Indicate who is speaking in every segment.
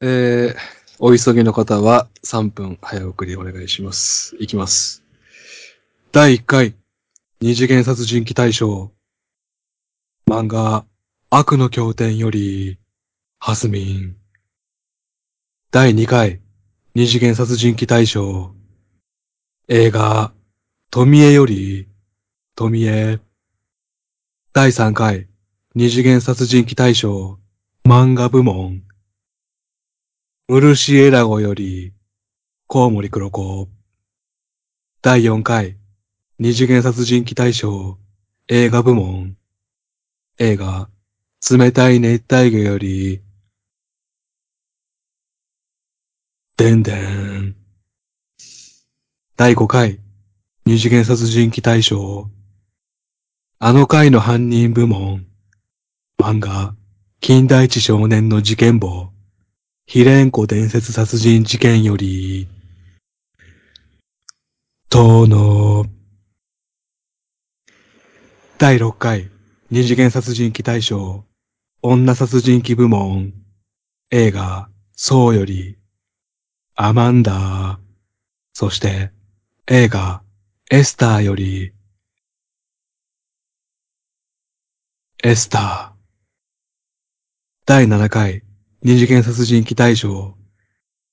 Speaker 1: えー、お急ぎの方は3分早送りお願いします。いきます。第1回、二次元殺人鬼大賞。漫画、悪の経典より、ハスミン。第2回、二次元殺人鬼大賞。映画、富江より、富江。第3回、二次元殺人鬼大賞、漫画部門。漆エラゴより、コウモリクロコ。第4回、二次元殺人鬼大賞、映画部門。映画、冷たい熱帯魚より、でんでん。第5回、二次元殺人鬼大賞、あの回の犯人部門。漫画、近代一少年の事件簿。ヒレンコ伝説殺人事件より、との、第6回、二次元殺人鬼大賞、女殺人鬼部門、映画、そうより、アマンダ、そして、映画、エスターより、エスター。第7回、二次元殺人鬼大賞。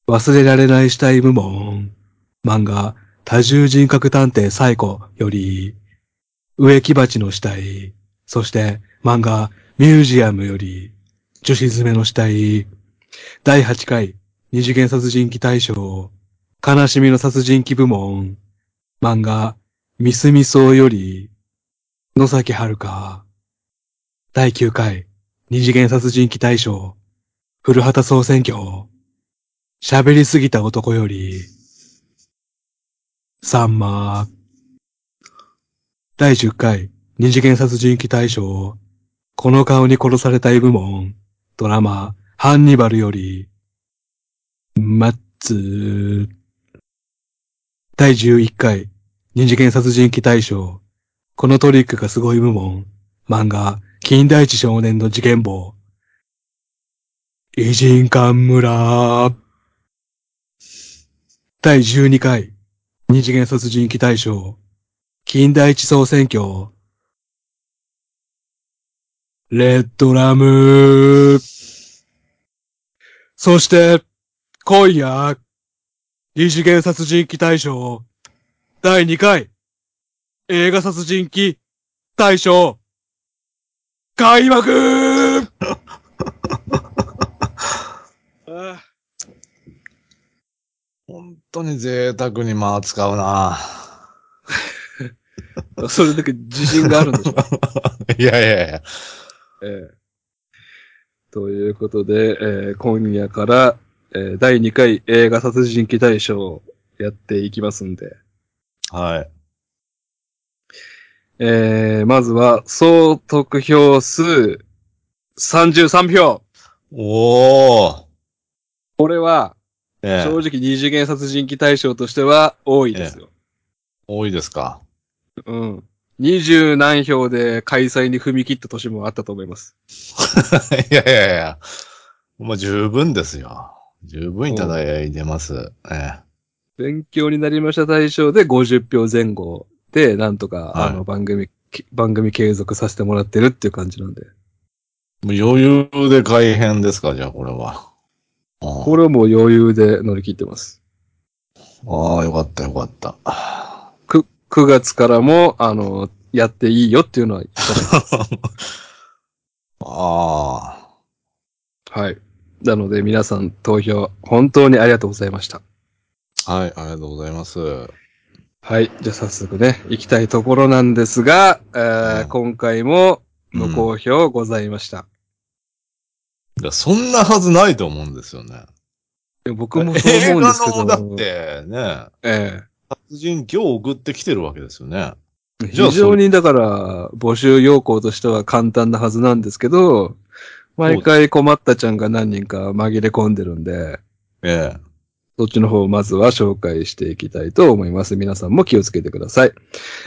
Speaker 1: 忘れられない死体部門。漫画、多重人格探偵サイコより、植木鉢の死体。そして、漫画、ミュージアムより、女子詰めの死体。第8回、二次元殺人鬼大賞。悲しみの殺人鬼部門。漫画、ミスミソウより、野崎遥香。第9回、二次元殺人鬼大賞、古畑総選挙、喋りすぎた男より、サンマ。第10回、二次元殺人鬼大賞、この顔に殺されたい部門、ドラマ、ハンニバルより、マッツー。第11回、二次元殺人鬼大賞、このトリックがすごい部門、漫画、金田一少年の事件簿。偉人館村。第12回、二次元殺人鬼大賞、金田一総選挙。レッドラム。そして、今夜、二次元殺人鬼大賞、第2回、映画殺人鬼大賞。開幕あ
Speaker 2: 本当に贅沢に間使うな
Speaker 1: あそれだけ自信があるんでしょ、
Speaker 2: いやいやいや。
Speaker 1: ええ ということで、えー今夜から、えー第2回映画殺人鬼大賞をやっていきますんで、
Speaker 2: はい。
Speaker 1: えーまずは総得票数33票
Speaker 2: おー。
Speaker 1: これは
Speaker 2: ええ
Speaker 1: 正直二次元殺人鬼大賞としては多いですよ。
Speaker 2: 多いですか。
Speaker 1: うん。二十何票で開催に踏み切った年もあったと思います。
Speaker 2: いやいやいや。もう十分ですよ。十分いただいてます。え
Speaker 1: 勉強になりました大賞で50票前後で、なんとか、
Speaker 2: はい
Speaker 1: あの、番組、き番組継続させてもらってるっていう感じなんで。
Speaker 2: え。もう余裕で改変ですか、じゃあこれは。あ
Speaker 1: これはもう余裕で乗り切ってます。
Speaker 2: ああ、よかったよかった。 あ
Speaker 1: く、9月からも、あの、やっていいよっていうのは、
Speaker 2: あ。
Speaker 1: はい。なので皆さん投票、本当にありがとうございました。
Speaker 2: はい、ありがとうございます。
Speaker 1: はい。じゃあ早速ね、行きたいところなんですが、えー
Speaker 2: うん
Speaker 1: 今回も無
Speaker 2: うん
Speaker 1: 好評ございました。
Speaker 2: いやそんなはずないと思うんですよね。
Speaker 1: でも僕もそう思うんですけど。
Speaker 2: 映画の、だってね、
Speaker 1: ええ
Speaker 2: 殺人鬼を送ってきてるわけですよね。じゃあ
Speaker 1: 非常にだから、募集要項としては簡単なはずなんですけど、毎回困ったちゃんが何人か紛れ込んでるんで、
Speaker 2: ええ。
Speaker 1: そっちの方をまずは紹介していきたいと思います。皆さんも気をつけてください。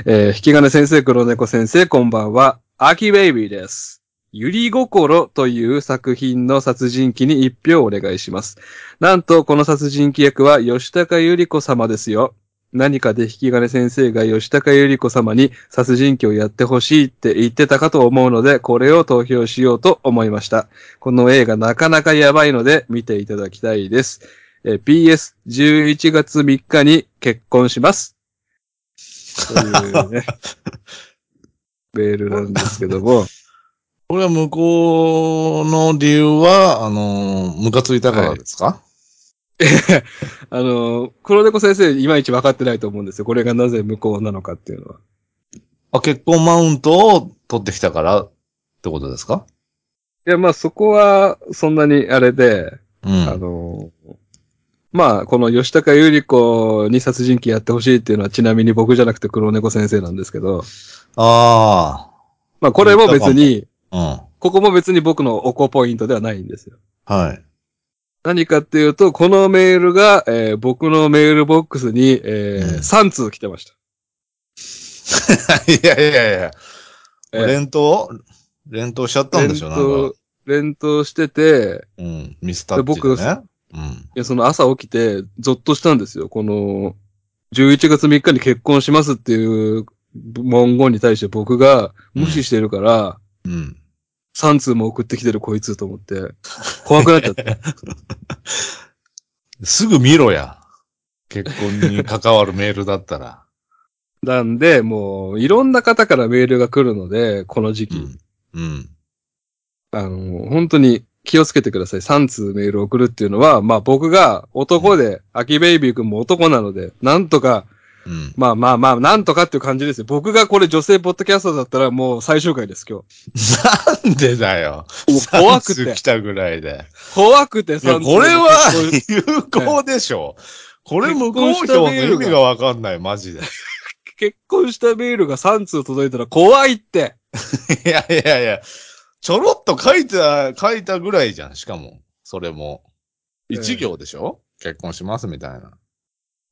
Speaker 1: えー、引き金先生、黒猫先生、こんばんは。アキベイビーです。ゆり心という作品の殺人鬼に一票をお願いします。なんと、この殺人鬼役は吉高由里子様ですよ。何かで引き金先生が吉高由里子様に殺人鬼をやってほしいって言ってたかと思うので、これを投票しようと思いました。この映画なかなかやばいので見ていただきたいです。えー PS、11月3日に結婚します。という ね、メールなんですけども。
Speaker 2: これは向こうの理由は、あのー、ムカついたからですか、
Speaker 1: あの、黒猫先生、いまいち分かってないと思うんですよ。これがなぜ無効なのかっていうのは。
Speaker 2: あ、結婚マウントを取ってきたからってことですか
Speaker 1: いや、まあそこは、そんなにあれで、
Speaker 2: う
Speaker 1: あ
Speaker 2: ん。
Speaker 1: の、まあ、この吉高由里子に殺人鬼やってほしいっていうのは、ちなみに僕じゃなくて黒猫先生なんですけど、
Speaker 2: あ
Speaker 1: まあこれも別に、
Speaker 2: あ。
Speaker 1: ここも別に僕のおこポイントではないんですよ。
Speaker 2: うん。はい。
Speaker 1: 何かっていうと、このメールが、えー僕のメールボックスに、え
Speaker 2: うん
Speaker 1: 3通来てました。
Speaker 2: いやいやい
Speaker 1: えー
Speaker 2: や。連投連投しちゃったんでしょ、なん
Speaker 1: 連
Speaker 2: か。
Speaker 1: 連投してて、
Speaker 2: うん。ミスタッチで
Speaker 1: で
Speaker 2: ね。うん。
Speaker 1: いや、その朝起きて、ゾッとしたんですよ。この、11月3日に結婚しますっていう文言に対して僕が無視してるから、
Speaker 2: うん。
Speaker 1: 3通も送ってきてるこいつと思って、怖くなっちゃって。
Speaker 2: すぐ見ろや。結婚に関わるメールだったら。
Speaker 1: なんで、もう、いろんな方からメールが来るので、この時
Speaker 2: う
Speaker 1: 期。
Speaker 2: ん。うん。
Speaker 1: あの、本当に気をつけてください。3通メール送るっていうのは、まあ僕が男で、秋ベイビー君も男なので、なんとか、
Speaker 2: うん。
Speaker 1: まあまあまあ、なんとかっていう感じですよ。僕がこれ女性ポッドキャストだったらもう最終回です、今日。
Speaker 2: なんでだよ。
Speaker 1: もう怖く
Speaker 2: 3
Speaker 1: て
Speaker 2: 通来、たぐらいで。
Speaker 1: 怖くて
Speaker 2: いや、
Speaker 1: さ、
Speaker 2: これは
Speaker 1: これ
Speaker 2: 有効でしょ。これ無効
Speaker 1: 結婚した
Speaker 2: 票の
Speaker 1: 理由が
Speaker 2: 意味がわかんない、マジで。
Speaker 1: 結婚したメールが3通届いたら怖いって。
Speaker 2: いやいやいや、ちょろっと書いた、書いたぐらいじゃん、しかも。それも。
Speaker 1: ええ
Speaker 2: 一行でしょ、結婚しますみたいな。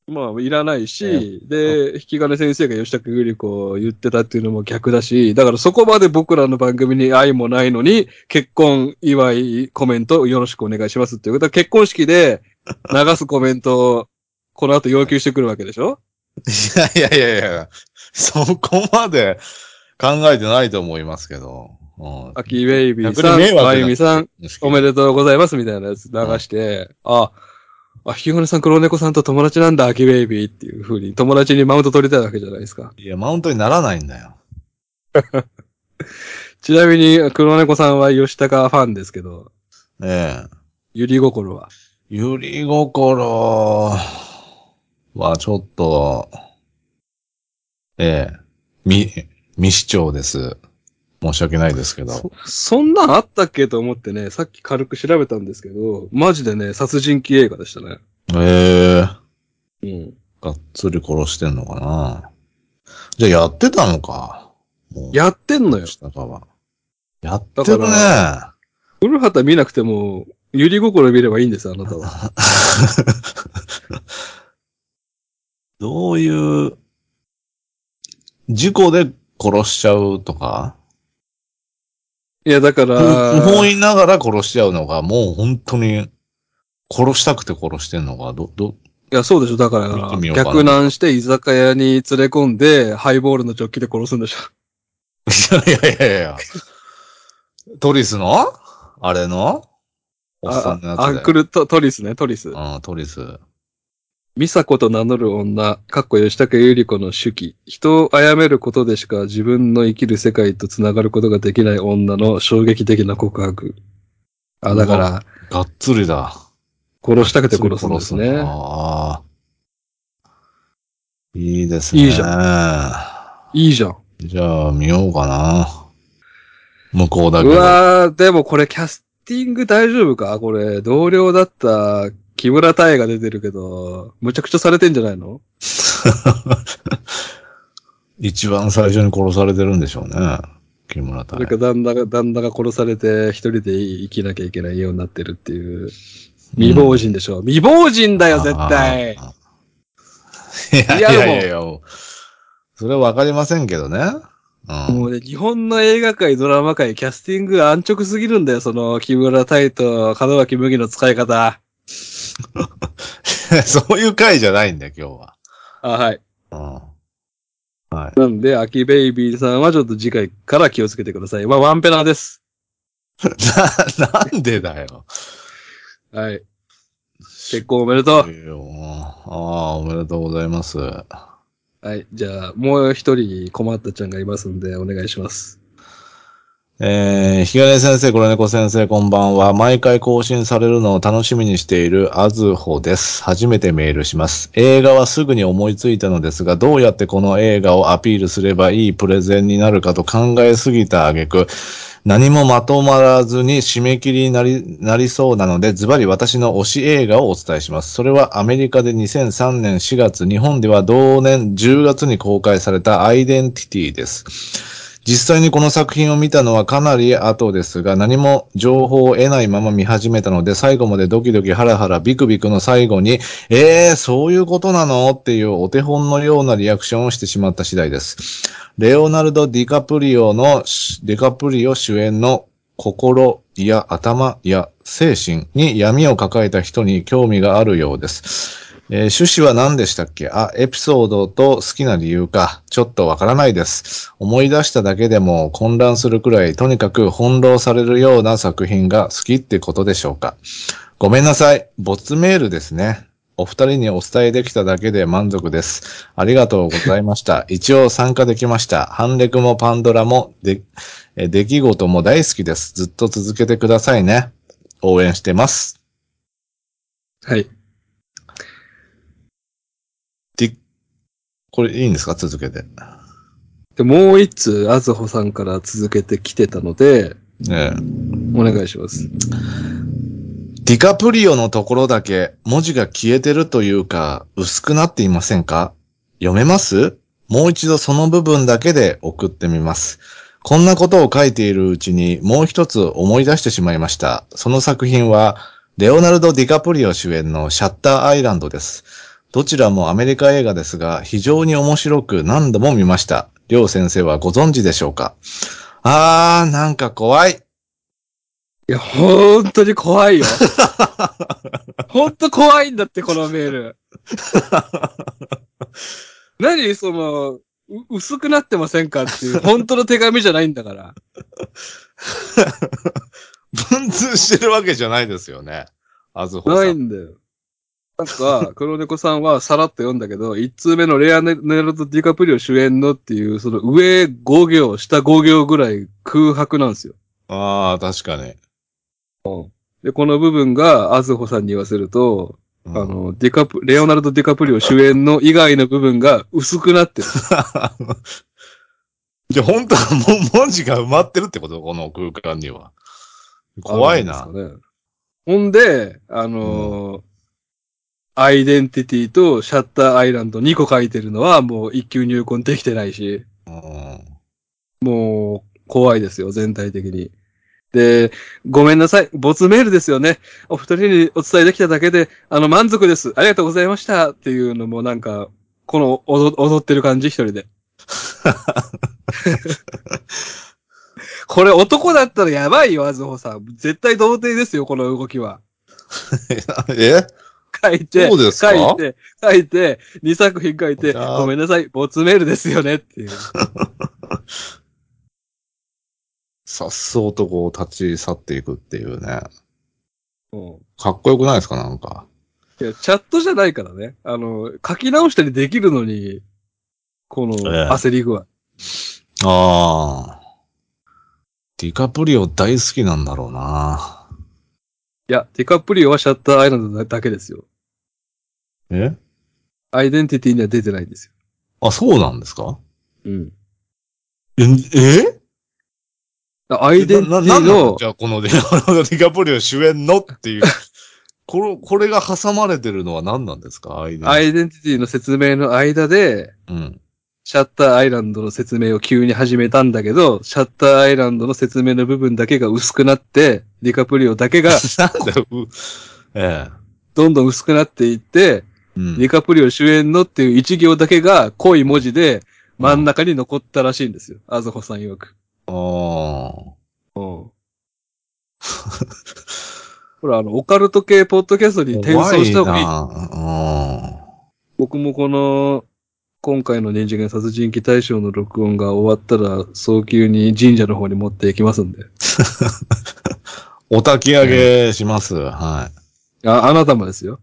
Speaker 1: まあ、いらないし、で、引き金先生が吉田ゆり子を言ってたっていうのも逆だし、だからそこまで僕らの番組に愛もないのに、結婚祝いコメントよろしくお願いしますっていうことは、結婚式で流すコメントを、この後要求してくるわけでしょ
Speaker 2: いやいやいやいや、そこまで考えてないと思いますけど。うん
Speaker 1: 秋ベイビー
Speaker 2: 逆
Speaker 1: さ
Speaker 2: に迷
Speaker 1: ん、
Speaker 2: 惑だ
Speaker 1: まゆみさん、おめ
Speaker 2: で
Speaker 1: でとうございますみたいなやつ流して、あ、あ、ひよねさん黒猫さんと友達なんだ、秋ベイビーっていう風に友達にマウント取りたいわけじゃないですか。
Speaker 2: いや、マウントにならないんだよ。
Speaker 1: ちなみに黒猫さんは吉高ファンですけど、
Speaker 2: ええ。
Speaker 1: ゆり心は。
Speaker 2: ゆり心はちょっと、ええ、み、未視聴です。申し訳ないですけど
Speaker 1: そ。そんなんあったっけと思ってね、さっき軽く調べたんですけど、マジでね、殺人鬼映画でしたね。
Speaker 2: ええ
Speaker 1: うん。
Speaker 2: がっつり殺してんのかなじゃあやってたのか。もう
Speaker 1: やってんのよ。
Speaker 2: 下かは。やってるね
Speaker 1: だ。古畑見なくても、ゆり心見ればいいんですよ、あなた は。
Speaker 2: どういう、事故で殺しちゃうとか
Speaker 1: いや、だか
Speaker 2: 不
Speaker 1: ら、
Speaker 2: 不本意ながら殺しちゃうのが、もう本当に、殺したくて殺してんのが、ど、 ど、
Speaker 1: いや、そうでしょ。だか
Speaker 2: 見てみ
Speaker 1: ら、
Speaker 2: ようかな
Speaker 1: 逆難して居酒屋に連れ込んで、ハイボールのジョッキで殺すんでしょ。
Speaker 2: いやいやいやいや。トリスのあれのおっさ
Speaker 1: あ
Speaker 2: んのや
Speaker 1: あ
Speaker 2: つ
Speaker 1: ア
Speaker 2: で。
Speaker 1: ンクルトトリスね、トリス。
Speaker 2: うん、トリス。
Speaker 1: ミサコと名乗る女、かっこ吉高由里子の手記。人を殺めることでしか自分の生きる世界と繋がることができない女の衝撃的な告白。あ、だから、
Speaker 2: がっつりだ。
Speaker 1: 殺したくて殺すんです
Speaker 2: 殺すの
Speaker 1: ね。
Speaker 2: ああ。いいですね。
Speaker 1: いいじ
Speaker 2: ゃ
Speaker 1: いいじゃん。
Speaker 2: ん。じゃあ、見ようかな。向こうだけ
Speaker 1: う
Speaker 2: ど。
Speaker 1: わー、でもこれキャスティング大丈夫かこれ、同僚だった木村太江が出てるけど、むちゃくちゃされてんじゃないの
Speaker 2: 一番最初に殺されてるんでしょうね。木村
Speaker 1: そ
Speaker 2: 太
Speaker 1: れ
Speaker 2: 郎
Speaker 1: か旦那が、旦那が殺されて一人で生きなきゃいけないようになってるっていう。未亡人でしょ。未亡人だよ、絶対。
Speaker 2: あーいやいやいやいや、それはわかりませんけどね。うん。
Speaker 1: もうね、日本の映画界、ドラマ界、キャスティング安直すぎるんだよ、その、木村太と門脇麦の使い方。
Speaker 2: そういう回じゃないんだよ、今日は。
Speaker 1: あ、はい。
Speaker 2: うん。はい。
Speaker 1: なんで、秋ベイビーさんはちょっと次回から気をつけてください。まあ、ワンペナです。
Speaker 2: な、なん でだよ。
Speaker 1: はい。結婚おめでと
Speaker 2: いいよああ、おめでとうございます。は
Speaker 1: う。はい。じゃあ、もう一人困ったちゃんがいますんで、お願いします。
Speaker 2: えー、ひがね先生、黒猫先生、こんばんは。毎回更新されるのを楽しみにしているあずほです。初めてメールします。映画はすぐに思いついたのですが、どうやってこの映画をアピールすればいいプレゼンになるかと考えすぎた挙句、何もまとまらずに締め切りになり、なりそうなので、ズバリ私の推し映画をお伝えします。それはアメリカで2003年4月、日本では同年10月に公開されたアイデンティティです。実際にこの作品を見たのはかなり後ですが、何も情報を得ないまま見始めたので、最後までドキドキハラハラビクビクの最後に、えー、そういうことなのっていうお手本のようなリアクションをしてしまった次第です。レオナルド・ディカプリオの、ディカプリオ主演の心や頭や精神に闇を抱えた人に興味があるようです。えー趣旨は何でしたっけあ、エピソードと好きな理由か。ちょっとわからないです。思い出しただけでも混乱するくらい、とにかく翻弄されるような作品が好きってことでしょうか。ごめんなさい。没メールですね。お二人にお伝えできただけで満足です。ありがとうございました。一応参加できました。ハンレクもパンドラもで、え出来事も大好きです。ずっと続けてくださいね。応援してます。
Speaker 1: はい。
Speaker 2: で、これいいんですか続けて。
Speaker 1: で、もう一通、あずほさんから続けてきてたので、
Speaker 2: ねえ
Speaker 1: お願いします。
Speaker 2: ディカプリオのところだけ文字が消えてるというか薄くなっていませんか読めますもう一度その部分だけで送ってみます。こんなことを書いているうちにもう一つ思い出してしまいました。その作品はレオナルド・ディカプリオ主演のシャッターアイランドです。どちらもアメリカ映画ですが非常に面白く何度も見ました。りょう先生はご存知でしょうかあー、なんか怖い。
Speaker 1: いや、ほんとに怖 いよ。ほんと怖いんだって、このメー ル。何その、う薄くなってませんかっていう、本当の手紙じゃないんだから。
Speaker 2: 文通してるわけじゃないですよね。あずほさ
Speaker 1: ない
Speaker 2: ん。
Speaker 1: んだよ。なんか、黒猫さんはさらっと読んだけど、1通目のレアネルド・ディカプリオ主演のっていう、その上5行、下5行ぐらい空白なんですよ。
Speaker 2: ああ、確かに。
Speaker 1: で、この部分が、あずほさんに言わせると、
Speaker 2: う
Speaker 1: あ
Speaker 2: ん
Speaker 1: の、ディカプ、レオナルド・ディカプリオ主演の以外の部分が薄くなってる。
Speaker 2: じゃあ本当はもう文字が埋まってるってことこの空間には。怖い
Speaker 1: あ
Speaker 2: な
Speaker 1: る。んですかねほんで、あのーアイデンティティとシャッターアイランド2個書いてるのはもう一級入魂できてないし、
Speaker 2: うん
Speaker 1: もう怖いですよ、全体的に。で、ごめんなさい。没メールですよね。お二人にお伝えできただけで、あの、満足です。ありがとうございました。っていうのもなんか、この踊踊ってる感じ、一人で。 これ男だったらやばいよ、あずほさん。絶対童貞ですよ、この動きは。
Speaker 2: え
Speaker 1: 書いて、
Speaker 2: そうですか
Speaker 1: 書いて、書いて、2作品書いて、
Speaker 2: じゃあ
Speaker 1: ごめんなさい、没メールですよねって いう。
Speaker 2: さっそうとこう立ち去っていくっていうね。
Speaker 1: うん
Speaker 2: かっこよくないですかなんか。
Speaker 1: いや、チャットじゃないからね。あの、書き直したりできるのに、この
Speaker 2: ええ
Speaker 1: 焦り具合。
Speaker 2: ああ。ディカプリオ大好きなんだろうな。
Speaker 1: いや、ディカプリオはシャッターアイランドだけですよ。
Speaker 2: え
Speaker 1: アイデンティティには出てないんですよ。
Speaker 2: あ、そうなんですか
Speaker 1: うん。
Speaker 2: ええ
Speaker 1: アイデンティティ
Speaker 2: なななんな
Speaker 1: の
Speaker 2: じ、ゃあ、このレオナルド・ディカプリオ主演のって いう。これ、これが挟まれてるのは何なんですかアイデン
Speaker 1: アイデンティティの説明の間で、
Speaker 2: うん。
Speaker 1: シャッターアイランドの説明を急に始めたんだけど、シャッターアイランドの説明の部分だけが薄くなって、ディカプリオだけが
Speaker 2: なん だよ、うええ。
Speaker 1: どんどん薄くなっていって、
Speaker 2: うん
Speaker 1: ディカプリオ主演のっていう一行だけが濃い文字で、真ん中に残ったらしいんですよ。あずほさん曰く。
Speaker 2: ああ。
Speaker 1: うん。ほら、あの、オカルト系ポッドキャストに転送した方がいい。
Speaker 2: あ
Speaker 1: 僕もこの、今回の人事件殺人鬼大賞の録音が終わったら、早急に神社の方に持っていきますんで。
Speaker 2: お焚き上げします。はい。
Speaker 1: あ、あなたもですよ。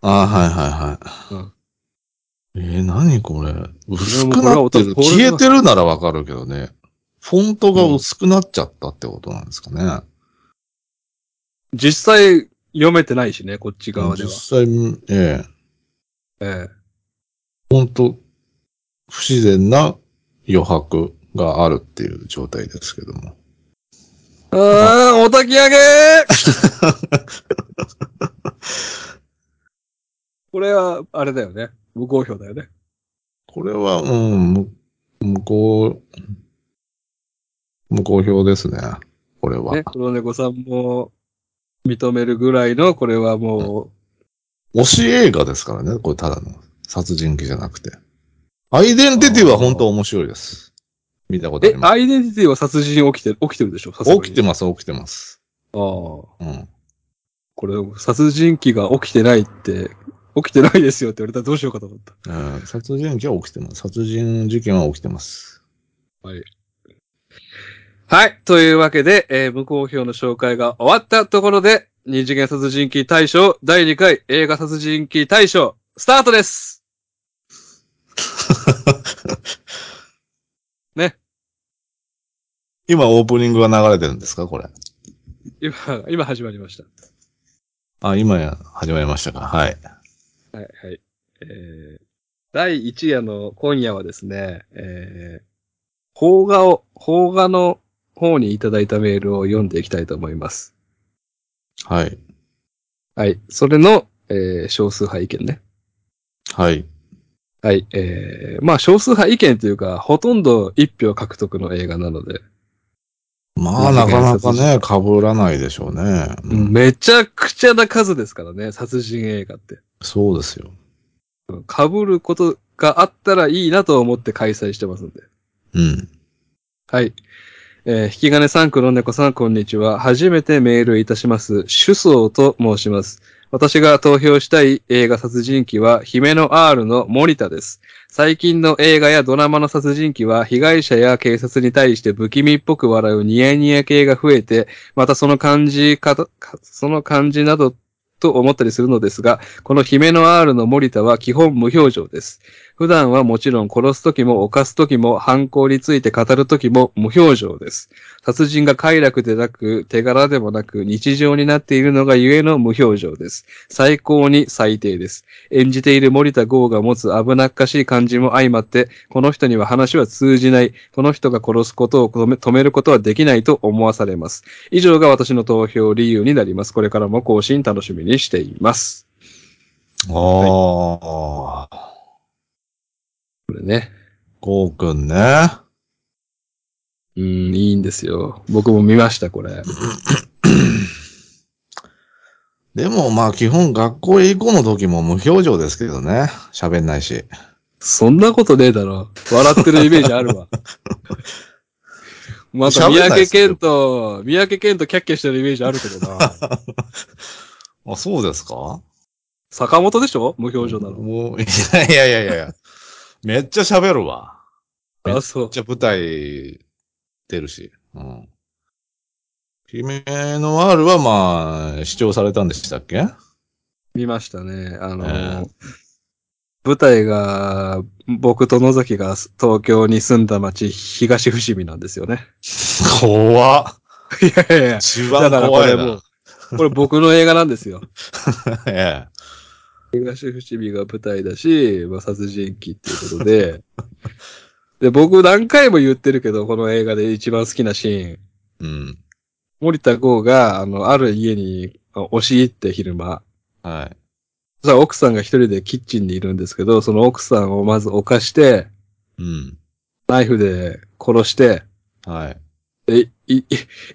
Speaker 2: あーはいはいはい。えー、何これ薄くなっ
Speaker 1: こ
Speaker 2: てる。
Speaker 1: れはもうこれは
Speaker 2: 消えてるならわかるけどね。フォントが薄くなっちゃったってことなんですかね。
Speaker 1: 実際、読めてないしね、こっち側では
Speaker 2: 実。際に、ええ
Speaker 1: ええ。
Speaker 2: ほんと、不自然な余白があるっていう状態ですけども。
Speaker 1: あー、お焚き上げー これは、あれだよね。無公表だよね。
Speaker 2: これは、うん、む無効、無効票ですね。これは。
Speaker 1: ね、黒猫さんも認めるぐらいの、これはも
Speaker 2: 推し映画ですからね。これただの殺人鬼じゃなくて。アイデンティティは本当面白いです。見たこ
Speaker 1: う、
Speaker 2: とあ
Speaker 1: え
Speaker 2: り、ま
Speaker 1: アイデンティティは殺人起きてる、起きてるでしょさす
Speaker 2: す。
Speaker 1: がに
Speaker 2: 起きてます、起きてます。
Speaker 1: ああ。
Speaker 2: うん。
Speaker 1: これ、殺人鬼が起きてないって、起きてないですよって言われたらどうしようかと思った。
Speaker 2: えー殺人鬼は起きてます。殺人事件は起きてます。
Speaker 1: はい。というわけで、えー無公表の紹介が終わったところで、二次元殺人鬼大賞第2回映画殺人鬼大賞、スタートです
Speaker 2: 今オープニングが流れてるんですかこれ。
Speaker 1: 今、今始まりました。
Speaker 2: あ、今や始まりましたか。はい。
Speaker 1: はい、はい。えー、第1夜の今夜はですね、えー、邦画を、邦画の方にいただいたメールを読んでいきたいと思います。
Speaker 2: はい。
Speaker 1: はい。それの、えー、少数派意見ね。
Speaker 2: はい。
Speaker 1: はい。えー、まあ少数派意見というか、ほとんど一票獲得の映画なので、
Speaker 2: まあ、なかなかね、被らないでしょうね。うん。
Speaker 1: めちゃくちゃな数ですからね、殺人映画って。
Speaker 2: そうですよ。
Speaker 1: うん被ることがあったらいいなと思って開催してますんで。
Speaker 2: うん。
Speaker 1: はい。えー引き金さん、黒猫さん、こんにちは。初めてメールいたします。主相と申します。私が投票したい映画殺人鬼は、姫の R の森田です。最近の映画やドラマの殺人鬼は、被害者や警察に対して不気味っぽく笑うニヤニヤ系が増えて、またその感じ方、かその感じなどと思ったりするのですが、この姫の R の森田は基本無表情です。普段はもちろん殺す時も犯す時も犯行について語る時も無表情です。殺人が快楽でなく手柄でもなく日常になっているのがゆえの無表情です。最高に最低です。演じている森田剛が持つ危なっかしい感じも相まって、この人には話は通じない、この人が殺すことを止め止めることはできないと思わされます。以上が私の投票理由になります。これからも更新楽しみにしています。
Speaker 2: ああ。
Speaker 1: これね。
Speaker 2: ゴーくんね。
Speaker 1: うん、いいんですよ。僕も見ました、これ。
Speaker 2: でもまあ基本学校へ行こうの時も無表情ですけどね。喋んないし。
Speaker 1: そんなことねえだろ。笑ってるイメージあるわ。また、
Speaker 2: 喋
Speaker 1: 三
Speaker 2: んない
Speaker 1: 宅
Speaker 2: っすけど
Speaker 1: 健と、三宅健とキャッキャしてるイメージあるけどな。
Speaker 2: あ、そうですか
Speaker 1: 坂本でしょ無表情なの。
Speaker 2: もう、いやいやいやいやいや。めっちゃ喋るわ。め
Speaker 1: あ、そう
Speaker 2: めっ。ちゃ舞台出るし。うん。姫の R はまあ、視聴されたんでしたっけ
Speaker 1: 見ましたね。あの、
Speaker 2: えー
Speaker 1: 舞台が、僕と野崎が東京に住んだ町、東伏見なんですよね。
Speaker 2: 怖っ。
Speaker 1: いやいやいや。
Speaker 2: 一
Speaker 1: だ
Speaker 2: 番
Speaker 1: からこ
Speaker 2: 怖
Speaker 1: れ
Speaker 2: い
Speaker 1: もう
Speaker 2: な。、
Speaker 1: これ僕の映画なんですよ。
Speaker 2: ええ。
Speaker 1: 東伏見が舞台だし、まあ、殺人鬼っていうことで、で、僕何回も言ってるけど、この映画で一番好きなシーン。
Speaker 2: うん。
Speaker 1: 森田剛が、あの、ある家にあ押し入って昼間。
Speaker 2: はい。
Speaker 1: そしたら奥さんが一人でキッチンにいるんですけど、その奥さんをまず犯して、
Speaker 2: うん。
Speaker 1: ナイフで殺して、
Speaker 2: はい。
Speaker 1: で、い、い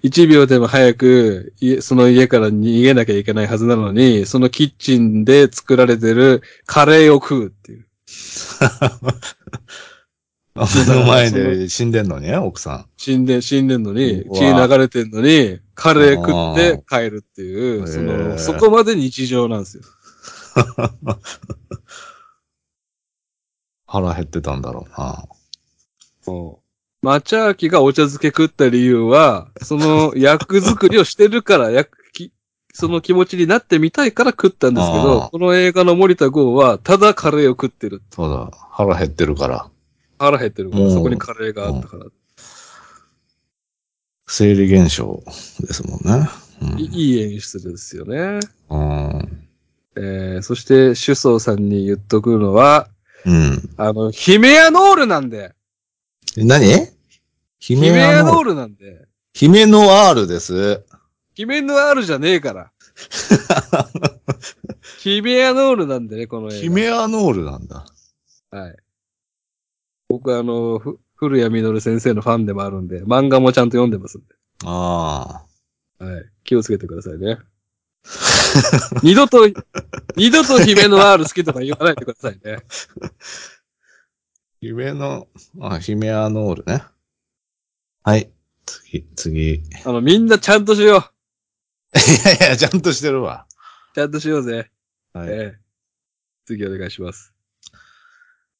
Speaker 1: 一秒でも早く、いその家から逃げなきゃいけないはずなのに、そのキッチンで作られてるカレーを食うっていう。
Speaker 2: あの前で死んでんのに奥さん。
Speaker 1: 死んで、死んでんのに
Speaker 2: う、わ
Speaker 1: 血流れてんのに、カレー食って帰るってい
Speaker 2: あー
Speaker 1: う、そ
Speaker 2: へー
Speaker 1: の、そこまで日常なんですよ。
Speaker 2: 腹減ってたんだろうな。
Speaker 1: そう。抹茶きがお茶漬け食った理由は、そ の役作りをしてるから、役き、その気持ちになってみたいから食ったんですけ
Speaker 2: あー
Speaker 1: ど、この映画の森田剛は、ただカレーを食ってる。
Speaker 2: そうだ。腹減ってるから。
Speaker 1: 腹減ってるか
Speaker 2: う
Speaker 1: ら、
Speaker 2: ん
Speaker 1: そこにカレーがあったから。
Speaker 2: 生理現象ですもんね。うん
Speaker 1: いいい演出ですよね。
Speaker 2: うん。
Speaker 1: えー、そして、主相さんに言っとくのは、
Speaker 2: うん。
Speaker 1: あの、ヒメアノールなんで、
Speaker 2: 何ヒ
Speaker 1: ヒメアノー
Speaker 2: ル。
Speaker 1: ルなんで、
Speaker 2: ヒメノアールです。
Speaker 1: ヒメノアールじゃねえ から。ヒメアノールなんでね、この映画。
Speaker 2: ヒメアノールなんだ。
Speaker 1: はい。僕あの、ふ古谷実先生のファンでもあるんで、漫画もちゃんと読んでますん
Speaker 2: ああ。
Speaker 1: で。はい。気をつけてください ね。二度と、二度と姫の R 好きとか言わないでくださいね。
Speaker 2: ヒメの、あ、ヒメアノールね。はい。次、次。 い
Speaker 1: あの、みんなちゃんとしよう。
Speaker 2: やいや、ちゃんとしてるわ。
Speaker 1: ちゃんとしようぜ。
Speaker 2: はい。
Speaker 1: ええ次お願いします。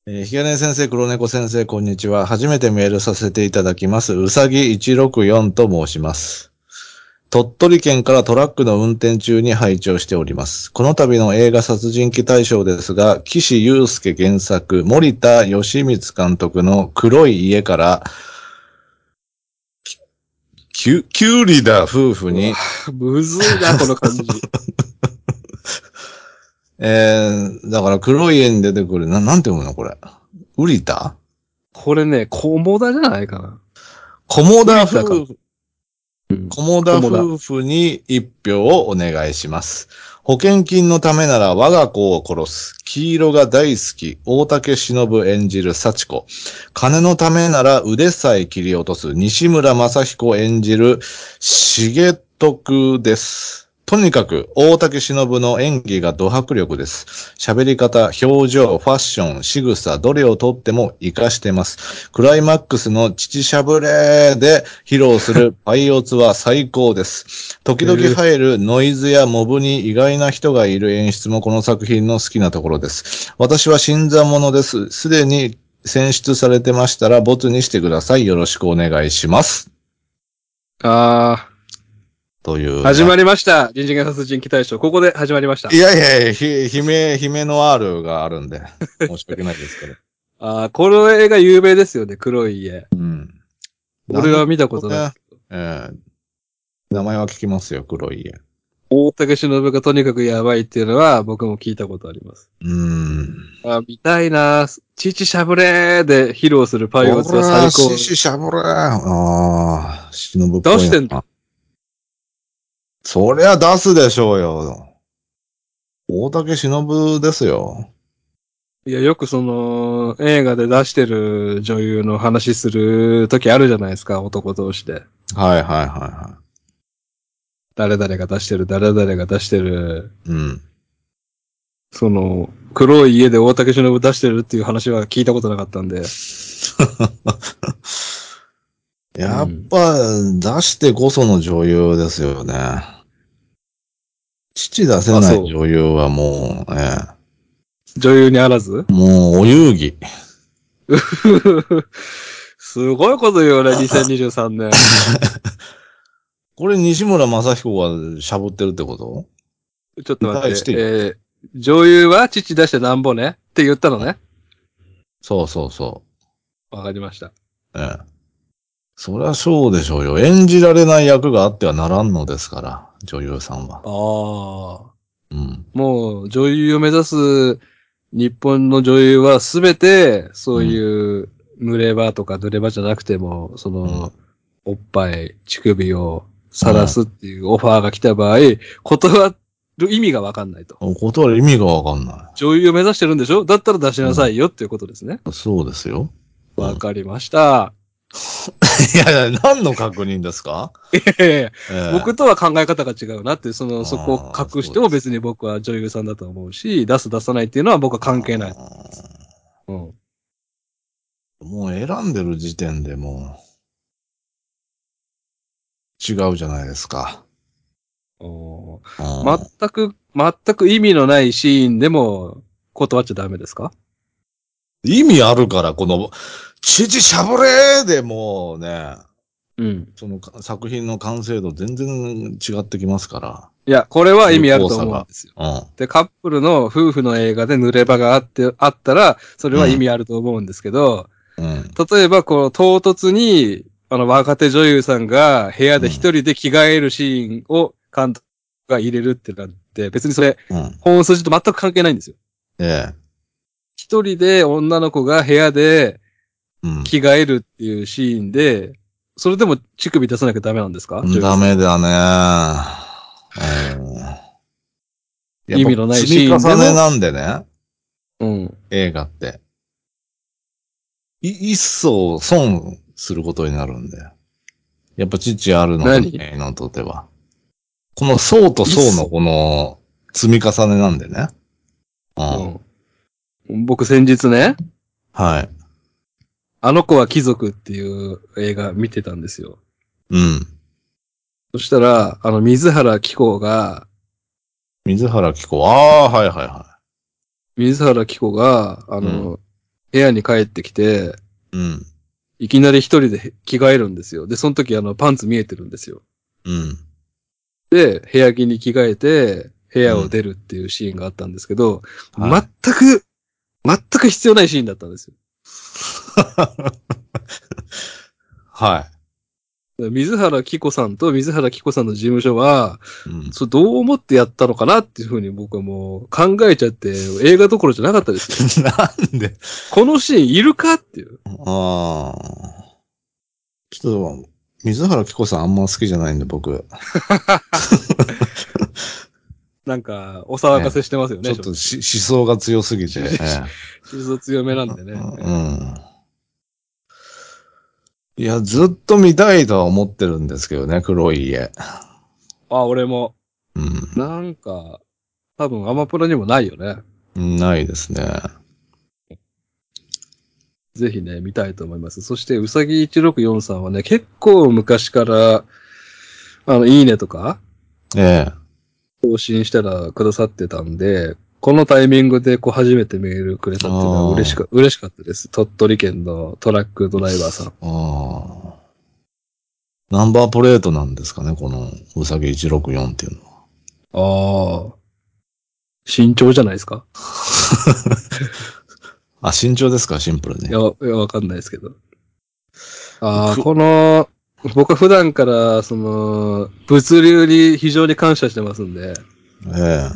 Speaker 2: えー、ひがね先生、黒猫先生、こんにちは。初めてメールさせていただきます。うさぎ164と申します。鳥取県からトラックの運転中に拝聴しております。この度の映画殺人鬼大賞ですが、岸優介原作、森田義光監督の黒い家から、きゅ、きゅうりだ夫婦に、
Speaker 1: むずいな、この感 じ。
Speaker 2: えー、だから黒い家に出てくる、な、なんて読むのこれ。ウリタ
Speaker 1: これね、コモダじゃないかな。
Speaker 2: コモダ
Speaker 1: ウリタか
Speaker 2: 夫
Speaker 1: う
Speaker 2: 婦。
Speaker 1: ん
Speaker 2: コモダ夫婦に一票をお願いします。保険金のためなら我が子を殺す。黄色が大好き。大竹忍演じる幸子。金のためなら腕さえ切り落とす。西村正彦演じる重徳です。とにかく、大竹忍の演技がド迫力です。喋り方、表情、ファッション、仕草、どれをとっても活かしてます。クライマックスの父しゃぶれーで披露 するパイオツは最高です。時々入るノイズやモブに意外な人がいる演出もこの作品の好きなところです。私は新参者です。すでに選出されてましたらボツにしてください。よろしくお願いします。
Speaker 1: あ
Speaker 2: という。
Speaker 1: ー、始まりました。人事件殺人期待賞。ここで始まりました
Speaker 2: い。やいやいや、ひ、姫、姫の R があるんで、申し訳ないですけど。
Speaker 1: あー、この映画有名ですよね、黒い家。
Speaker 2: うん。
Speaker 1: 俺は見たことない。
Speaker 2: い。ええ名前は聞きますよ、黒い家。
Speaker 1: 大竹しのぶがとにかくやばいっていうのは僕も聞いたことあります。
Speaker 2: うん。
Speaker 1: あ、見たいなぁ。父しゃぶれーで披露するパイオツは最
Speaker 2: おら
Speaker 1: 高
Speaker 2: 獅。子しゃぶれーああ、忍ぶっぽいな
Speaker 1: 出してんだ。
Speaker 2: そりゃ出すでしょうよ。大竹忍ですよ。
Speaker 1: いや、よくその、映画で出してる女優の話する時あるじゃないですか、男同士で。
Speaker 2: はいはいはいは
Speaker 1: 誰々が出してる、誰々が出してる。
Speaker 2: い。うん。
Speaker 1: その、黒い家で大竹しのぶ出してるっていう話は聞いたことなかったんで。
Speaker 2: やっぱ、出してこその女優ですよね。父出せ
Speaker 1: あ
Speaker 2: ない
Speaker 1: そう
Speaker 2: 女優はもう、え
Speaker 1: 女優にあらず
Speaker 2: え、もうお遊戯。
Speaker 1: すごいこと言うね、2023年。
Speaker 2: これ西村正彦がしゃぶってるってこと
Speaker 1: ちょっと待
Speaker 2: 対し
Speaker 1: ってて、
Speaker 2: よ
Speaker 1: えー女優は父出してなんぼねって言ったのね。
Speaker 2: そうそうそ
Speaker 1: わかりました。
Speaker 2: う。ええ。そりゃそうでしょうよ。演じられない役があってはならんのですから、女優さんは
Speaker 1: ああ。。も
Speaker 2: うん。
Speaker 1: う女優を目指す日本の女優はすべて、そういう、濡れ場とか濡れ場じゃなくても、その、おっぱい、乳首を晒すっていうオファーが来た場合、断る意味がわかんないと。
Speaker 2: お断る意味がわかんな
Speaker 1: 女優を目指してるんでしょだったら出しなさいよっていうことですね。
Speaker 2: い。そうですよ。 うん
Speaker 1: わかりました。
Speaker 2: いやいや、何の確認ですか、ええ
Speaker 1: 僕とは考え方が違うなっていう、その、そこを隠しても
Speaker 2: あーそうで
Speaker 1: 別に僕は女優さんだと思うし、出す出さないっていうのは僕は関係ない。
Speaker 2: あー
Speaker 1: うん。
Speaker 2: もう選んでる時点でもう、違うじゃないですか。
Speaker 1: おー
Speaker 2: うん
Speaker 1: 全く、全く意味のないシーンでも断っちゃダメですか
Speaker 2: 意味あるから、この、チチしゃぶれーでもうね、
Speaker 1: うん。
Speaker 2: そのか作品の完成度全然違ってきますか
Speaker 1: いや、これは意味あると思うんですよ。
Speaker 2: ら。うん。
Speaker 1: で、カップルの夫婦の映画で濡れ場があって、あったら、それは意味あると思うんですけど、
Speaker 2: うん。
Speaker 1: 例えば、この唐突に、あの、若手女優さんが部屋で一人で着替えるシーンを監督が入れるってなって、別にそれ、
Speaker 2: うん。
Speaker 1: 本筋と全く関係ないんですよ。
Speaker 2: ええ。
Speaker 1: 一人で女の子が部屋で
Speaker 2: うん。
Speaker 1: 着替えるっていうシーンで、それでも乳首出さなきゃダメなんですか
Speaker 2: ダメだね。うんやっぱ
Speaker 1: 意味のないシーンでも
Speaker 2: 積み重ねなんでね、
Speaker 1: うん。
Speaker 2: 映画って。い一層損することになるんで。やっぱ父あるの
Speaker 1: 何
Speaker 2: のとては。この層と層のこの積み重ねなんでね。うん。
Speaker 1: うん、僕先日ね、
Speaker 2: はい。
Speaker 1: あの子は貴族っていう映画見てたんですよ。
Speaker 2: うん。
Speaker 1: そしたら、あの、水原希子が、
Speaker 2: 水原希子。ああ、はいはいは
Speaker 1: 水原希子が、あの、部屋に帰ってきて、
Speaker 2: い。うん。
Speaker 1: いきなり一人で着替えるんですよ。で、その時あの、パンツ見えてるんですよ。
Speaker 2: うん。
Speaker 1: で、部屋着に着替えて、部屋を出るっていうシーンがあったんですけど、
Speaker 2: うんはい
Speaker 1: 全く、全く必要ないシーンだったんですよ。
Speaker 2: は
Speaker 1: 水原希子さんと水原希子さんの事務所は、
Speaker 2: い。うん。
Speaker 1: そうどう思ってやったのかなっていうふうに僕はもう考えちゃって、映画どころじゃなかったですよ。
Speaker 2: なんで
Speaker 1: このシーンいるかっていう。
Speaker 2: ああ。ちょっと、水原希子さんあんま好きじゃないんで、僕。
Speaker 1: なんか、お騒がせしてますよ
Speaker 2: ち
Speaker 1: ね。
Speaker 2: ょっとし思想が強すぎて。え
Speaker 1: ちょっと強めなんで
Speaker 2: え
Speaker 1: ね。
Speaker 2: うん。いや、ずっと見たいとは思ってるんですけどね、黒い家。
Speaker 1: あ、俺も、
Speaker 2: う
Speaker 1: なんか、多分アマプラにもないよね。
Speaker 2: ん。ないですね。
Speaker 1: ぜひね、見たいと思います。そして、うさぎ164さんはね、結構昔から、あの、いいねとか、
Speaker 2: ええ。
Speaker 1: 更新したらくださってたんで、このタイミングでこう初めてメールくれたっていうのは嬉しか嬉しかったです。鳥取県のトラックドライバーさん。
Speaker 2: ああ。ナンバープレートなんですかね、この、うさぎ164っていうのは。
Speaker 1: ああ。慎重じゃないですか
Speaker 2: あ、身長ですか、シンプルに。
Speaker 1: いや、いやわかんないですけど。ああ、この、僕は普段から、その、物流に非常に感謝してますんで、
Speaker 2: え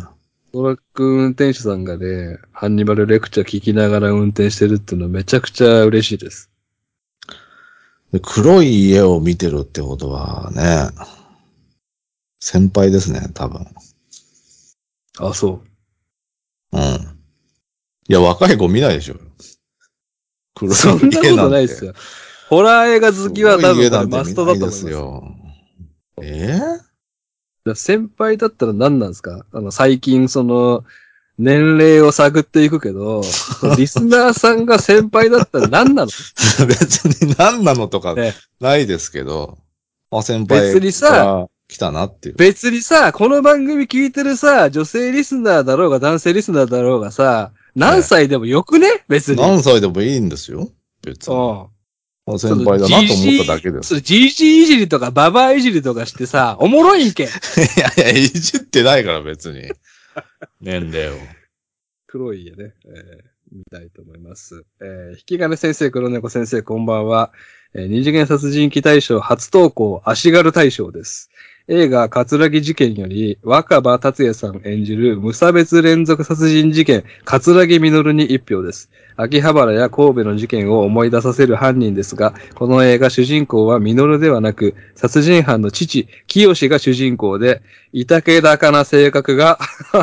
Speaker 1: トラック運転手さんがね、ハンニバルレクチャー聞きながら運転してるっていうのはめちゃくちゃ嬉しいです。
Speaker 2: えで。黒い家を見てるってことはね、先輩ですね、多分。
Speaker 1: あ、そう。
Speaker 2: うん。いや、若い子見ないでしょ。 黒
Speaker 1: そんなことないです
Speaker 2: よ。
Speaker 1: よ。ホラー映画好きは多
Speaker 2: 黒い
Speaker 1: 分
Speaker 2: 家
Speaker 1: こ
Speaker 2: な
Speaker 1: れ
Speaker 2: んて
Speaker 1: マストだと思いま
Speaker 2: 見
Speaker 1: す
Speaker 2: ないです
Speaker 1: よ。
Speaker 2: よ。え
Speaker 1: 先輩だったら何なんですかあの、最近その、年齢を探っていくけ ど、リスナーさんが先輩だったら何なの
Speaker 2: え別に何なのとか
Speaker 1: ね
Speaker 2: ないですけど、あ、先輩
Speaker 1: 別にさ、
Speaker 2: が来たなっていう。
Speaker 1: 別にさ、この番組聞いてるさ、女性リスナーだろうが男性リスナーだろうがさ、何歳でもよくね別に。
Speaker 2: 何歳でもいいんですよ。別に。
Speaker 1: うん
Speaker 2: あ先輩だなと思っただけです。
Speaker 1: それ、じいじいじりとか、ばばいじりとかしてさ、おもろいんけ。
Speaker 2: いやいや、いじってないから別に。 年齢を。
Speaker 1: 黒い家ね、えー見たいと思います。えー引き金先生、黒猫先生、こんばんは。えー二次元殺人鬼大賞初投稿、足軽大賞です。映画、カツラギ事件より、若葉達也さん演じる無差別連続殺人事件、カツラギミノルに一票です。秋葉原や神戸の事件を思い出させる犯人ですが、この映画主人公はミノルではなく、殺人犯の父、清が主人公で、いたけだかな性格が、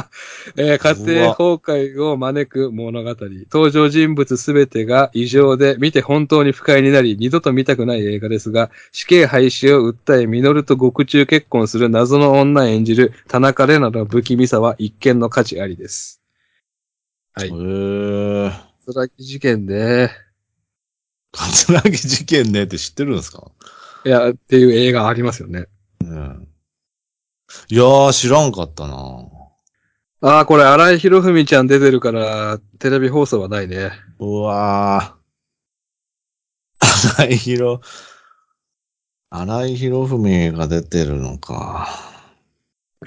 Speaker 1: えー家庭崩壊を招く物語。登場人物すべてが異常で、見て本当に不快になり、二度と見たくない映画ですが、死刑廃止を訴え、ミノルと獄中結婚する謎の女演じる田中玲奈の不気味さは一見の価値ありです。はい
Speaker 2: へえ。
Speaker 1: つらき事件ね。
Speaker 2: 葛城事件ねって知ってるんですか
Speaker 1: いや、っていう映画ありますよね。
Speaker 2: うん。いやー、知らんかったな
Speaker 1: ああ、これ、荒井博文ちゃん出てるから、テレビ放送はないね。
Speaker 2: うわー。荒井博、荒井博文が出てるのか。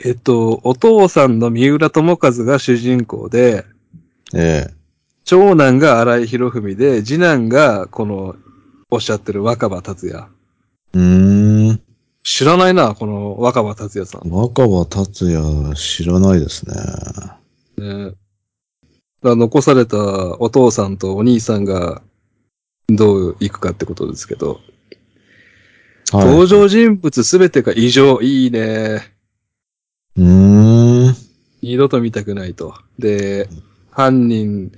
Speaker 1: えっと、お父さんの三浦友和が主人公で、
Speaker 2: ええ。
Speaker 1: 長男が荒井博文で、次男が、この、おっしゃってる若葉達也。
Speaker 2: うーん。
Speaker 1: 知らないな、この若葉達也さん。
Speaker 2: 若葉達也知らないですね。
Speaker 1: ね、だ残されたお父さんとお兄さんが、どういくかってことですけど、
Speaker 2: はい。
Speaker 1: 登場人物すべてが異常、いいね。
Speaker 2: うーん。
Speaker 1: 二度と見たくないと。で、犯人、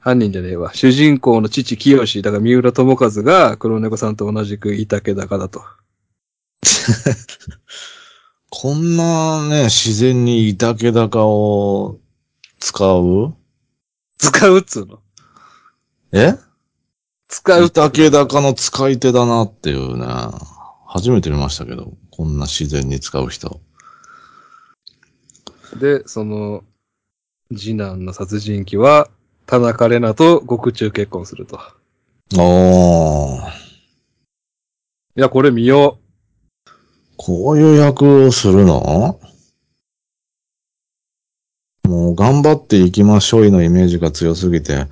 Speaker 1: 犯人じゃねえわ。主人公の父、清、だから三浦友和が黒猫さんと同じくいたけだかだと。
Speaker 2: こんなね、自然に板毛高を使う
Speaker 1: 使うっつうの。
Speaker 2: え
Speaker 1: 使うっ
Speaker 2: 板毛高の使い手だなっていうね。初めて見ましたけど、こんな自然に使う人。
Speaker 1: で、その、次男の殺人鬼は、田中玲奈と獄中結婚すると。
Speaker 2: お
Speaker 1: い
Speaker 2: ー。
Speaker 1: や、これ見よ
Speaker 2: こういう役をするのもう頑張っていきましょいのイメージが強すぎて、
Speaker 1: う。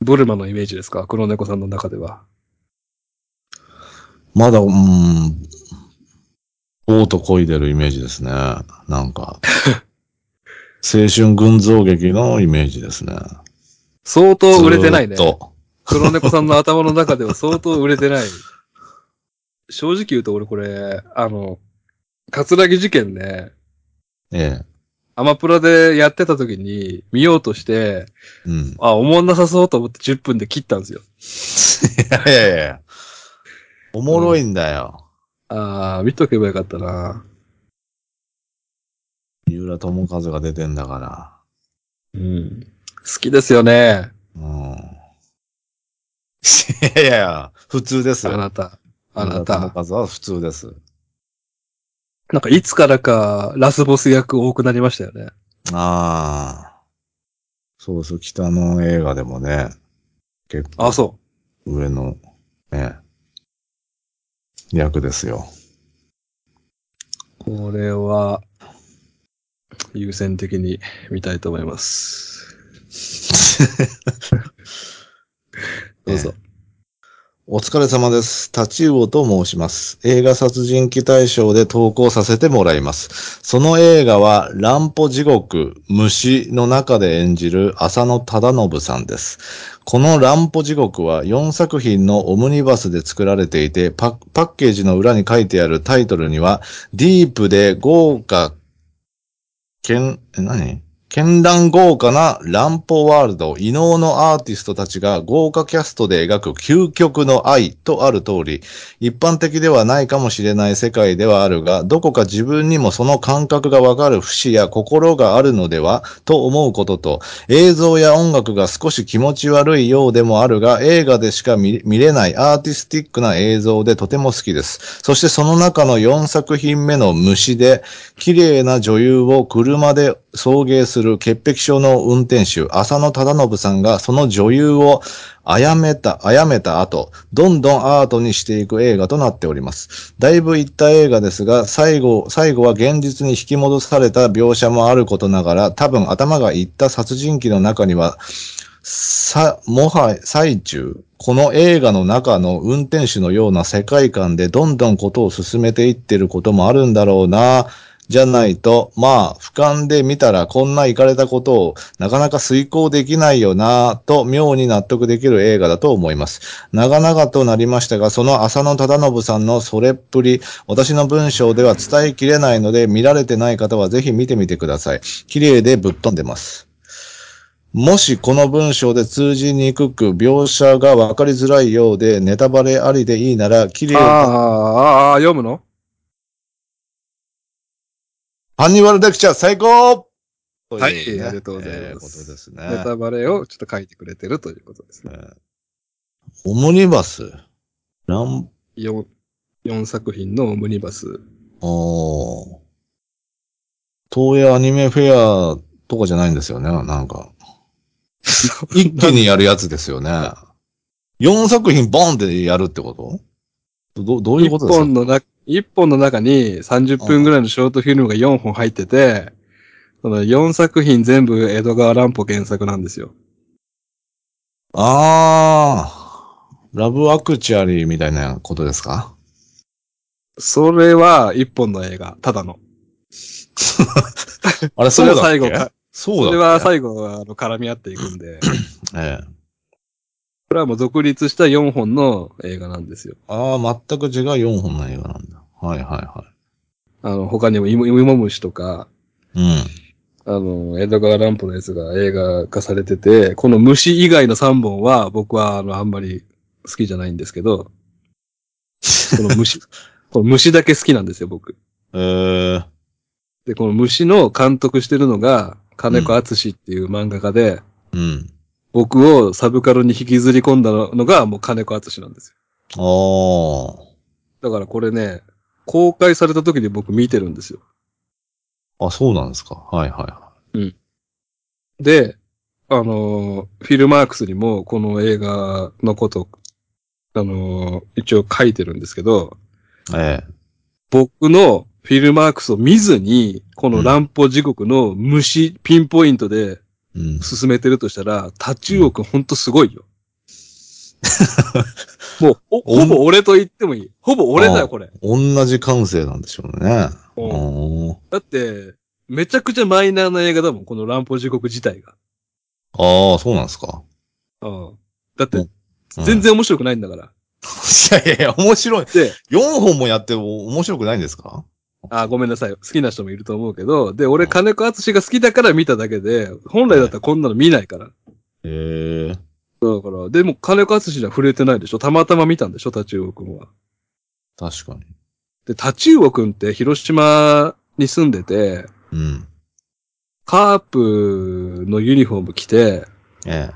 Speaker 1: ブルマのイメージですか黒猫さんの中では。
Speaker 2: まだ、うーん、王と漕いでるイメージですね。なんか、青春群像劇のイメージですね。
Speaker 1: 相当売れてないね
Speaker 2: ず。ーっと
Speaker 1: 黒猫さんの頭の中では相当売れてない。正直言うと俺これ、あの、カツラギ事件ね、
Speaker 2: ええ。
Speaker 1: アマプラでやってた時に見ようとして、
Speaker 2: うん。
Speaker 1: あ、おもんなさそうと思って10分で切ったんですよ。
Speaker 2: いやいやいや。おもろいんだよ。
Speaker 1: あー、見とけばよかったな。
Speaker 2: 三浦友和が出てんだか
Speaker 1: うん。好きですよね、
Speaker 2: ら。うん。いやいやいや、普通です
Speaker 1: あ
Speaker 2: よ。
Speaker 1: なた。あなた。
Speaker 2: 村田友和は普通です。
Speaker 1: なんかいつからかラスボス役多くなりましたよね。
Speaker 2: ああ。そうそう、北の映画でもね、結構
Speaker 1: あ、そ
Speaker 2: 上の、ね、役ですよ。
Speaker 1: う。これは、優先的に見たいと思います。どうぞ。
Speaker 2: お疲れ様です。タチウオと申します。映画殺人鬼大賞で投稿させてもらいます。その映画は、乱歩地獄、虫の中で演じる浅野忠信さんです。この乱歩地獄は4作品のオムニバスで作られていて、パパッケージの裏に書いてあるタイトルには、ディープで豪華、けん、え何絢爛豪華な乱歩ワールド、異能のアーティストたちが豪華キャストで描く究極の愛とある通り、一般的ではないかもしれない世界ではあるが、どこか自分にもその感覚がわかる節や心があるのではと思うことと、映像や音楽が少し気持ち悪いようでもあるが、映画でしか見見れないアーティスティックな映像でとても好きです。そしてその中の4作品目の虫で、綺麗な女優を車で送迎する潔癖症の運転手、浅野忠信さんがその女優をあやめた、あやめた後、どんどんアートにしていく映画となっております。だいぶいった映画ですが、最後、最後は現実に引き戻された描写もあることながら、多分頭がいった殺人鬼の中には、さ、もは、最中、この映画の中の運転手のような世界観でどんどんことを進めていってることもあるんだろうな、じゃないと、まあ、俯瞰で見たらこんなイかれたことをなかなか遂行できないよな、と妙に納得できる映画だと思います。長々となりましたが、その浅野忠信さんのそれっぷり、私の文章では伝えきれないので、見られてない方はぜひ見てみてください。綺麗でぶっ飛んでます。もしこの文章で通じにくく、描写がわかりづらいようで、ネタバレありでいいなら、綺麗
Speaker 1: あー
Speaker 2: で
Speaker 1: あー、あー読むの
Speaker 2: ハンニバルレクチャー最高
Speaker 1: はい
Speaker 2: とうね
Speaker 1: ありがとうございます
Speaker 2: えーことですね。
Speaker 1: ネタバレをちょっと書いてくれてるということですね。
Speaker 2: えーオムニバス。ラン、
Speaker 1: 4、4作品のオムニバス。
Speaker 2: おー。東映アニメフェアとかじゃないんですよね、なんか。一気にやるやつですよね。4作品ボンってやるってことど、どうい
Speaker 1: 一
Speaker 2: うことですか
Speaker 1: 本のな、一本の中に30分ぐらいのショートフィルムが4本入ってて、その4作品全部江戸川乱歩原作なんですよ。
Speaker 2: あー。ラブアクチュアリーみたいなことで すか
Speaker 1: それは一本の映画、ただの。
Speaker 2: あれ、
Speaker 1: そ
Speaker 2: そう
Speaker 1: れ
Speaker 2: だっ
Speaker 1: は最
Speaker 2: け
Speaker 1: 後か。
Speaker 2: そうだっけ
Speaker 1: それは最後、あの、絡み合っていくんで、
Speaker 2: ええ。
Speaker 1: これはもう独立した4本の映画なんですよ。
Speaker 2: ああ、全く違う4本の映画なんだ。はいは
Speaker 1: あの、他にもイモ、イモムシとか、
Speaker 2: いはい。うん。
Speaker 1: あの、江戸川乱歩のやつが映画化されてて、この虫以外の3本は僕はあの、あんまり好きじゃないんですけど、この虫、この虫だけ好きなんですよ、僕。
Speaker 2: ええー、
Speaker 1: で、この虫の監督してるのが、金子厚っていう漫画家で、
Speaker 2: うん。
Speaker 1: 僕をサブカルに引きずり込んだのがもう金子厚なんですよ。
Speaker 2: あ
Speaker 1: だからこれね、公開された時に僕見てるんですよ。
Speaker 2: あ。あ、そうなんですか。はいはいは
Speaker 1: で、あのーフィルマークスにもこの映画のこと、あのー一応書いてるんですけど、
Speaker 2: い。え
Speaker 1: 僕のフィルマークスを見ずに、この乱歩時刻の虫ピンポイントで
Speaker 2: えうん。
Speaker 1: 進めてるとしたら、タチウオくんほんとすごい よ。もうほ、
Speaker 2: おん
Speaker 1: ほぼ俺と言ってもいい。ほぼ俺だ
Speaker 2: ああ
Speaker 1: よ、これ。
Speaker 2: 同じ感性なんでしょうね。
Speaker 1: う
Speaker 2: おー
Speaker 1: だって、めちゃくちゃマイナーな映画だもん、この乱歩時刻自体が。
Speaker 2: ああ、そうなんですか。
Speaker 1: うん。だっ
Speaker 2: う
Speaker 1: て
Speaker 2: ん、うん
Speaker 1: 全。然面白くないんだから。
Speaker 2: いやいやいや、面白い。
Speaker 1: で、
Speaker 2: 4本もやっても面白くないんですか
Speaker 1: あ、ごめんなさい。好きな人もいると思うけど、で、俺、金子厚が好きだから見ただけで、本来だったらこんなの見ないから。
Speaker 2: ええー。
Speaker 1: だから、でも金子厚には触れてないでしょたまたま見たんでしょタチウオくんは。
Speaker 2: 確かに。
Speaker 1: で、タチウオくんって広島に住んでて、
Speaker 2: うん。
Speaker 1: カープのユニフォーム着て、
Speaker 2: え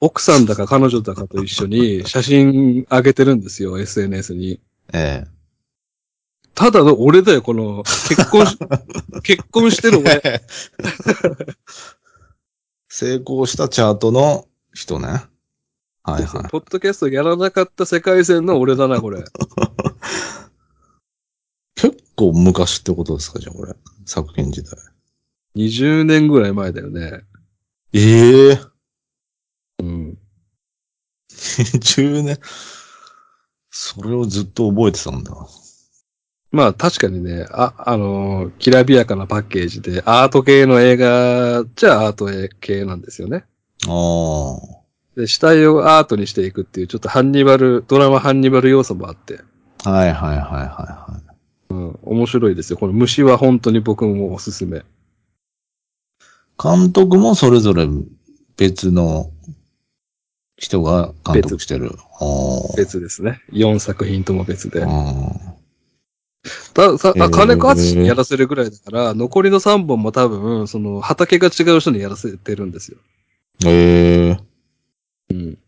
Speaker 1: 奥さんだか彼女だかと一緒 に写真上げてるんですよ、SNS に。
Speaker 2: え。え
Speaker 1: ただの俺だよ、この、結 婚し、結婚してる俺。
Speaker 2: え。 成功したチャートの人ね。はいはい。
Speaker 1: ポッドキャストやらなかった世界線の俺だな、これ。
Speaker 2: 結構昔ってことですか、じゃあこれ。作品自体。
Speaker 1: 20年ぐらい前だよね。
Speaker 2: ええ
Speaker 1: うん。
Speaker 2: 10年。それをずっと覚えてたんだ。
Speaker 1: まあ確かにね、あ、あのーきらびやかなパッケージで、アート系の映画じゃアート系なんですよね。
Speaker 2: ああ。
Speaker 1: で、死体をアートにしていくっていう、ちょっとハンニバル、ドラマハンニバル要素もあって、
Speaker 2: はいはいはいはいは
Speaker 1: うん、面白いですよ。この虫は本当に僕もおすすめ。
Speaker 2: い。監督もそれぞれ別の人が監督してる。あー
Speaker 1: 別ですね。4作品とも別で。
Speaker 2: あ
Speaker 1: たさ
Speaker 2: へー
Speaker 1: あ金子厚にやらせるぐらいだから、残りの3本も多分、その、畑が違う人にやらせてるんですよ。
Speaker 2: ー。え
Speaker 1: う
Speaker 2: え
Speaker 1: ん。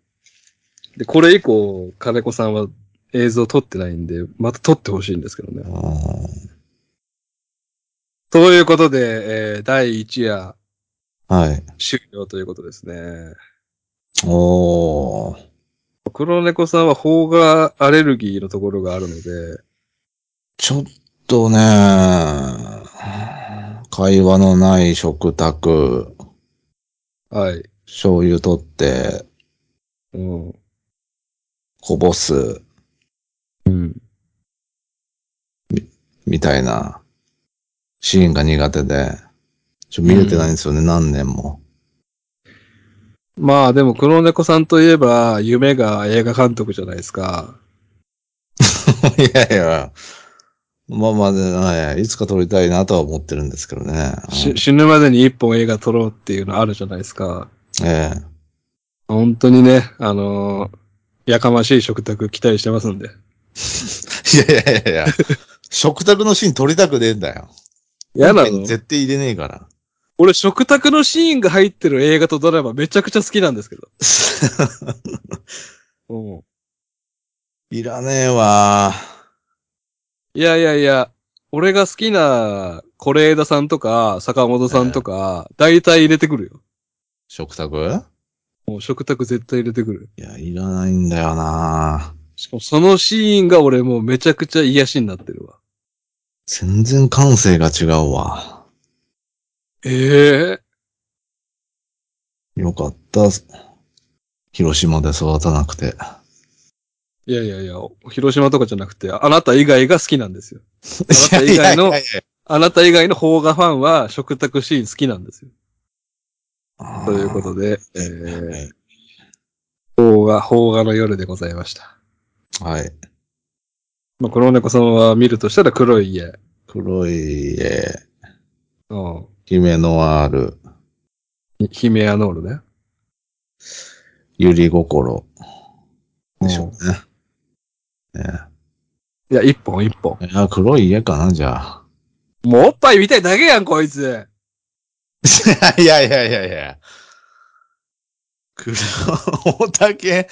Speaker 1: で、これ以降、金子さんは映像撮ってないんで、また撮ってほしいんですけどね。
Speaker 2: あー
Speaker 1: ということで、えー第1夜
Speaker 2: はい。
Speaker 1: 終了ということですね。
Speaker 2: おー。
Speaker 1: 黒猫さんは邦画アレルギーのところがあるので、
Speaker 2: ちょっとね、会話のない食卓、
Speaker 1: はい。
Speaker 2: 醤油取って、
Speaker 1: うん。
Speaker 2: こぼす、
Speaker 1: うん。
Speaker 2: みたいな、シーンが苦手で、ちょ、見れてないんですよね、何年も。
Speaker 1: まあでも黒猫さんといえば、夢が映画監督じゃないですか。
Speaker 2: いやいや、まあまあ、ねはい、いつか撮りたいなとは思ってるんですけどね。
Speaker 1: し死ぬまでに一本映画撮ろうっていうのあるじゃないですか。
Speaker 2: ええ。
Speaker 1: 本当にね、あのーやかましい食卓期待してますんで。
Speaker 2: いやいやいやいや、食卓のシーン撮りたくねえんだよ。
Speaker 1: やなの
Speaker 2: 絶対入れね えから。
Speaker 1: 俺、食卓のシーンが入ってる映画とドラマめちゃくちゃ好きなんですけど。うん。
Speaker 2: いらねえわ。
Speaker 1: いやいやいや、俺が好きな、是枝さんとか、坂本さんとか、大体入れてくるよ。
Speaker 2: 食卓
Speaker 1: もう食卓絶対入れてくる。
Speaker 2: いや、いらないんだよな。
Speaker 1: しかもそのシーンが俺もうめちゃくちゃ癒しになってるわ。
Speaker 2: 全然感性が違うわ。
Speaker 1: ええ
Speaker 2: よかった。広島で育たなくて。
Speaker 1: いやいやいや、広島とかじゃなくて、あなた以外が好きなんですよ。あなた以外の
Speaker 2: いやいやいや
Speaker 1: あなた以外の邦画ファンは食卓シーン好きなんですよ。
Speaker 2: あー
Speaker 1: ということで、え
Speaker 2: は
Speaker 1: ー
Speaker 2: い、
Speaker 1: 邦画、邦画の夜でございました。
Speaker 2: はい。
Speaker 1: まあ、黒猫さんは見るとしたら黒い家。
Speaker 2: 黒い家、
Speaker 1: うん。
Speaker 2: 姫のある、
Speaker 1: ヒメアノールね。
Speaker 2: ゆり心でしょうね。ね
Speaker 1: いや、一本一本。
Speaker 2: えいや黒い家かな、じゃあ。
Speaker 1: もうおっぱい見たいだけやん、こいつ。
Speaker 2: いやいやいやいや。黒、大竹、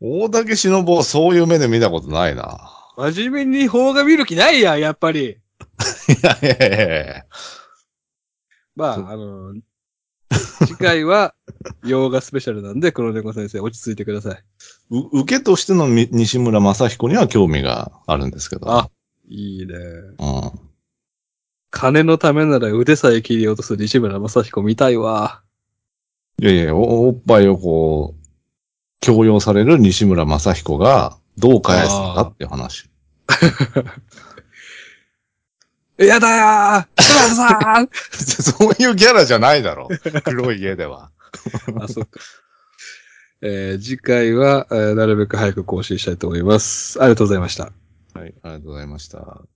Speaker 2: 大竹忍をそういう目で見たことないな。
Speaker 1: 真面目に邦画見る気ないやん、やっぱり。
Speaker 2: いやいやいやいや。
Speaker 1: まあ、あのー次回 は、洋画スペシャルなんで、黒猫先生、落ち着いてください。
Speaker 2: う受けとしてのみ西村正彦には興味があるんですけど。
Speaker 1: あいいね。
Speaker 2: うん。
Speaker 1: 金のためなら腕さえ切り落とす西村正彦見たいわ。
Speaker 2: いやいや、おおっぱいをこう、強要される西村正彦がどう返すんだっていう話。
Speaker 1: やだやー島田さん
Speaker 2: そういうギャラじゃないだろ。黒い家では。
Speaker 1: あ、そっか。えー次回は、えーなるべく早く更新したいと思います。ありがとうございました。
Speaker 2: はい。ありがとうございました。